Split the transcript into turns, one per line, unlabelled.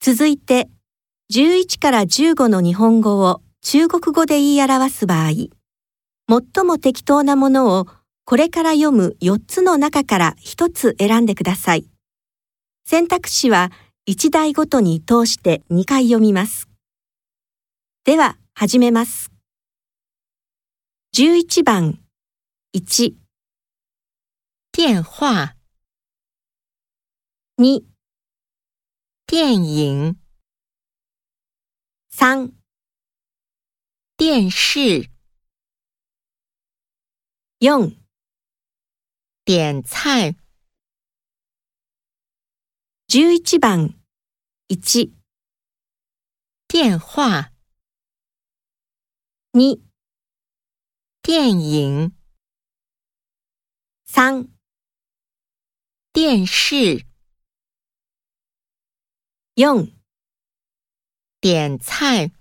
続いて、11から15の日本語を中国語で言い表す場合、最も適当なものをこれから読む4つの中から1つ選んでください。選択肢は1台ごとに通して2回読みます。では、始めます。11番、1、
电话、
2、
电影、
3、
电视、
4、
点菜、
11番、1、
电话、
2、
电影、
3、
电视、
4、
点菜、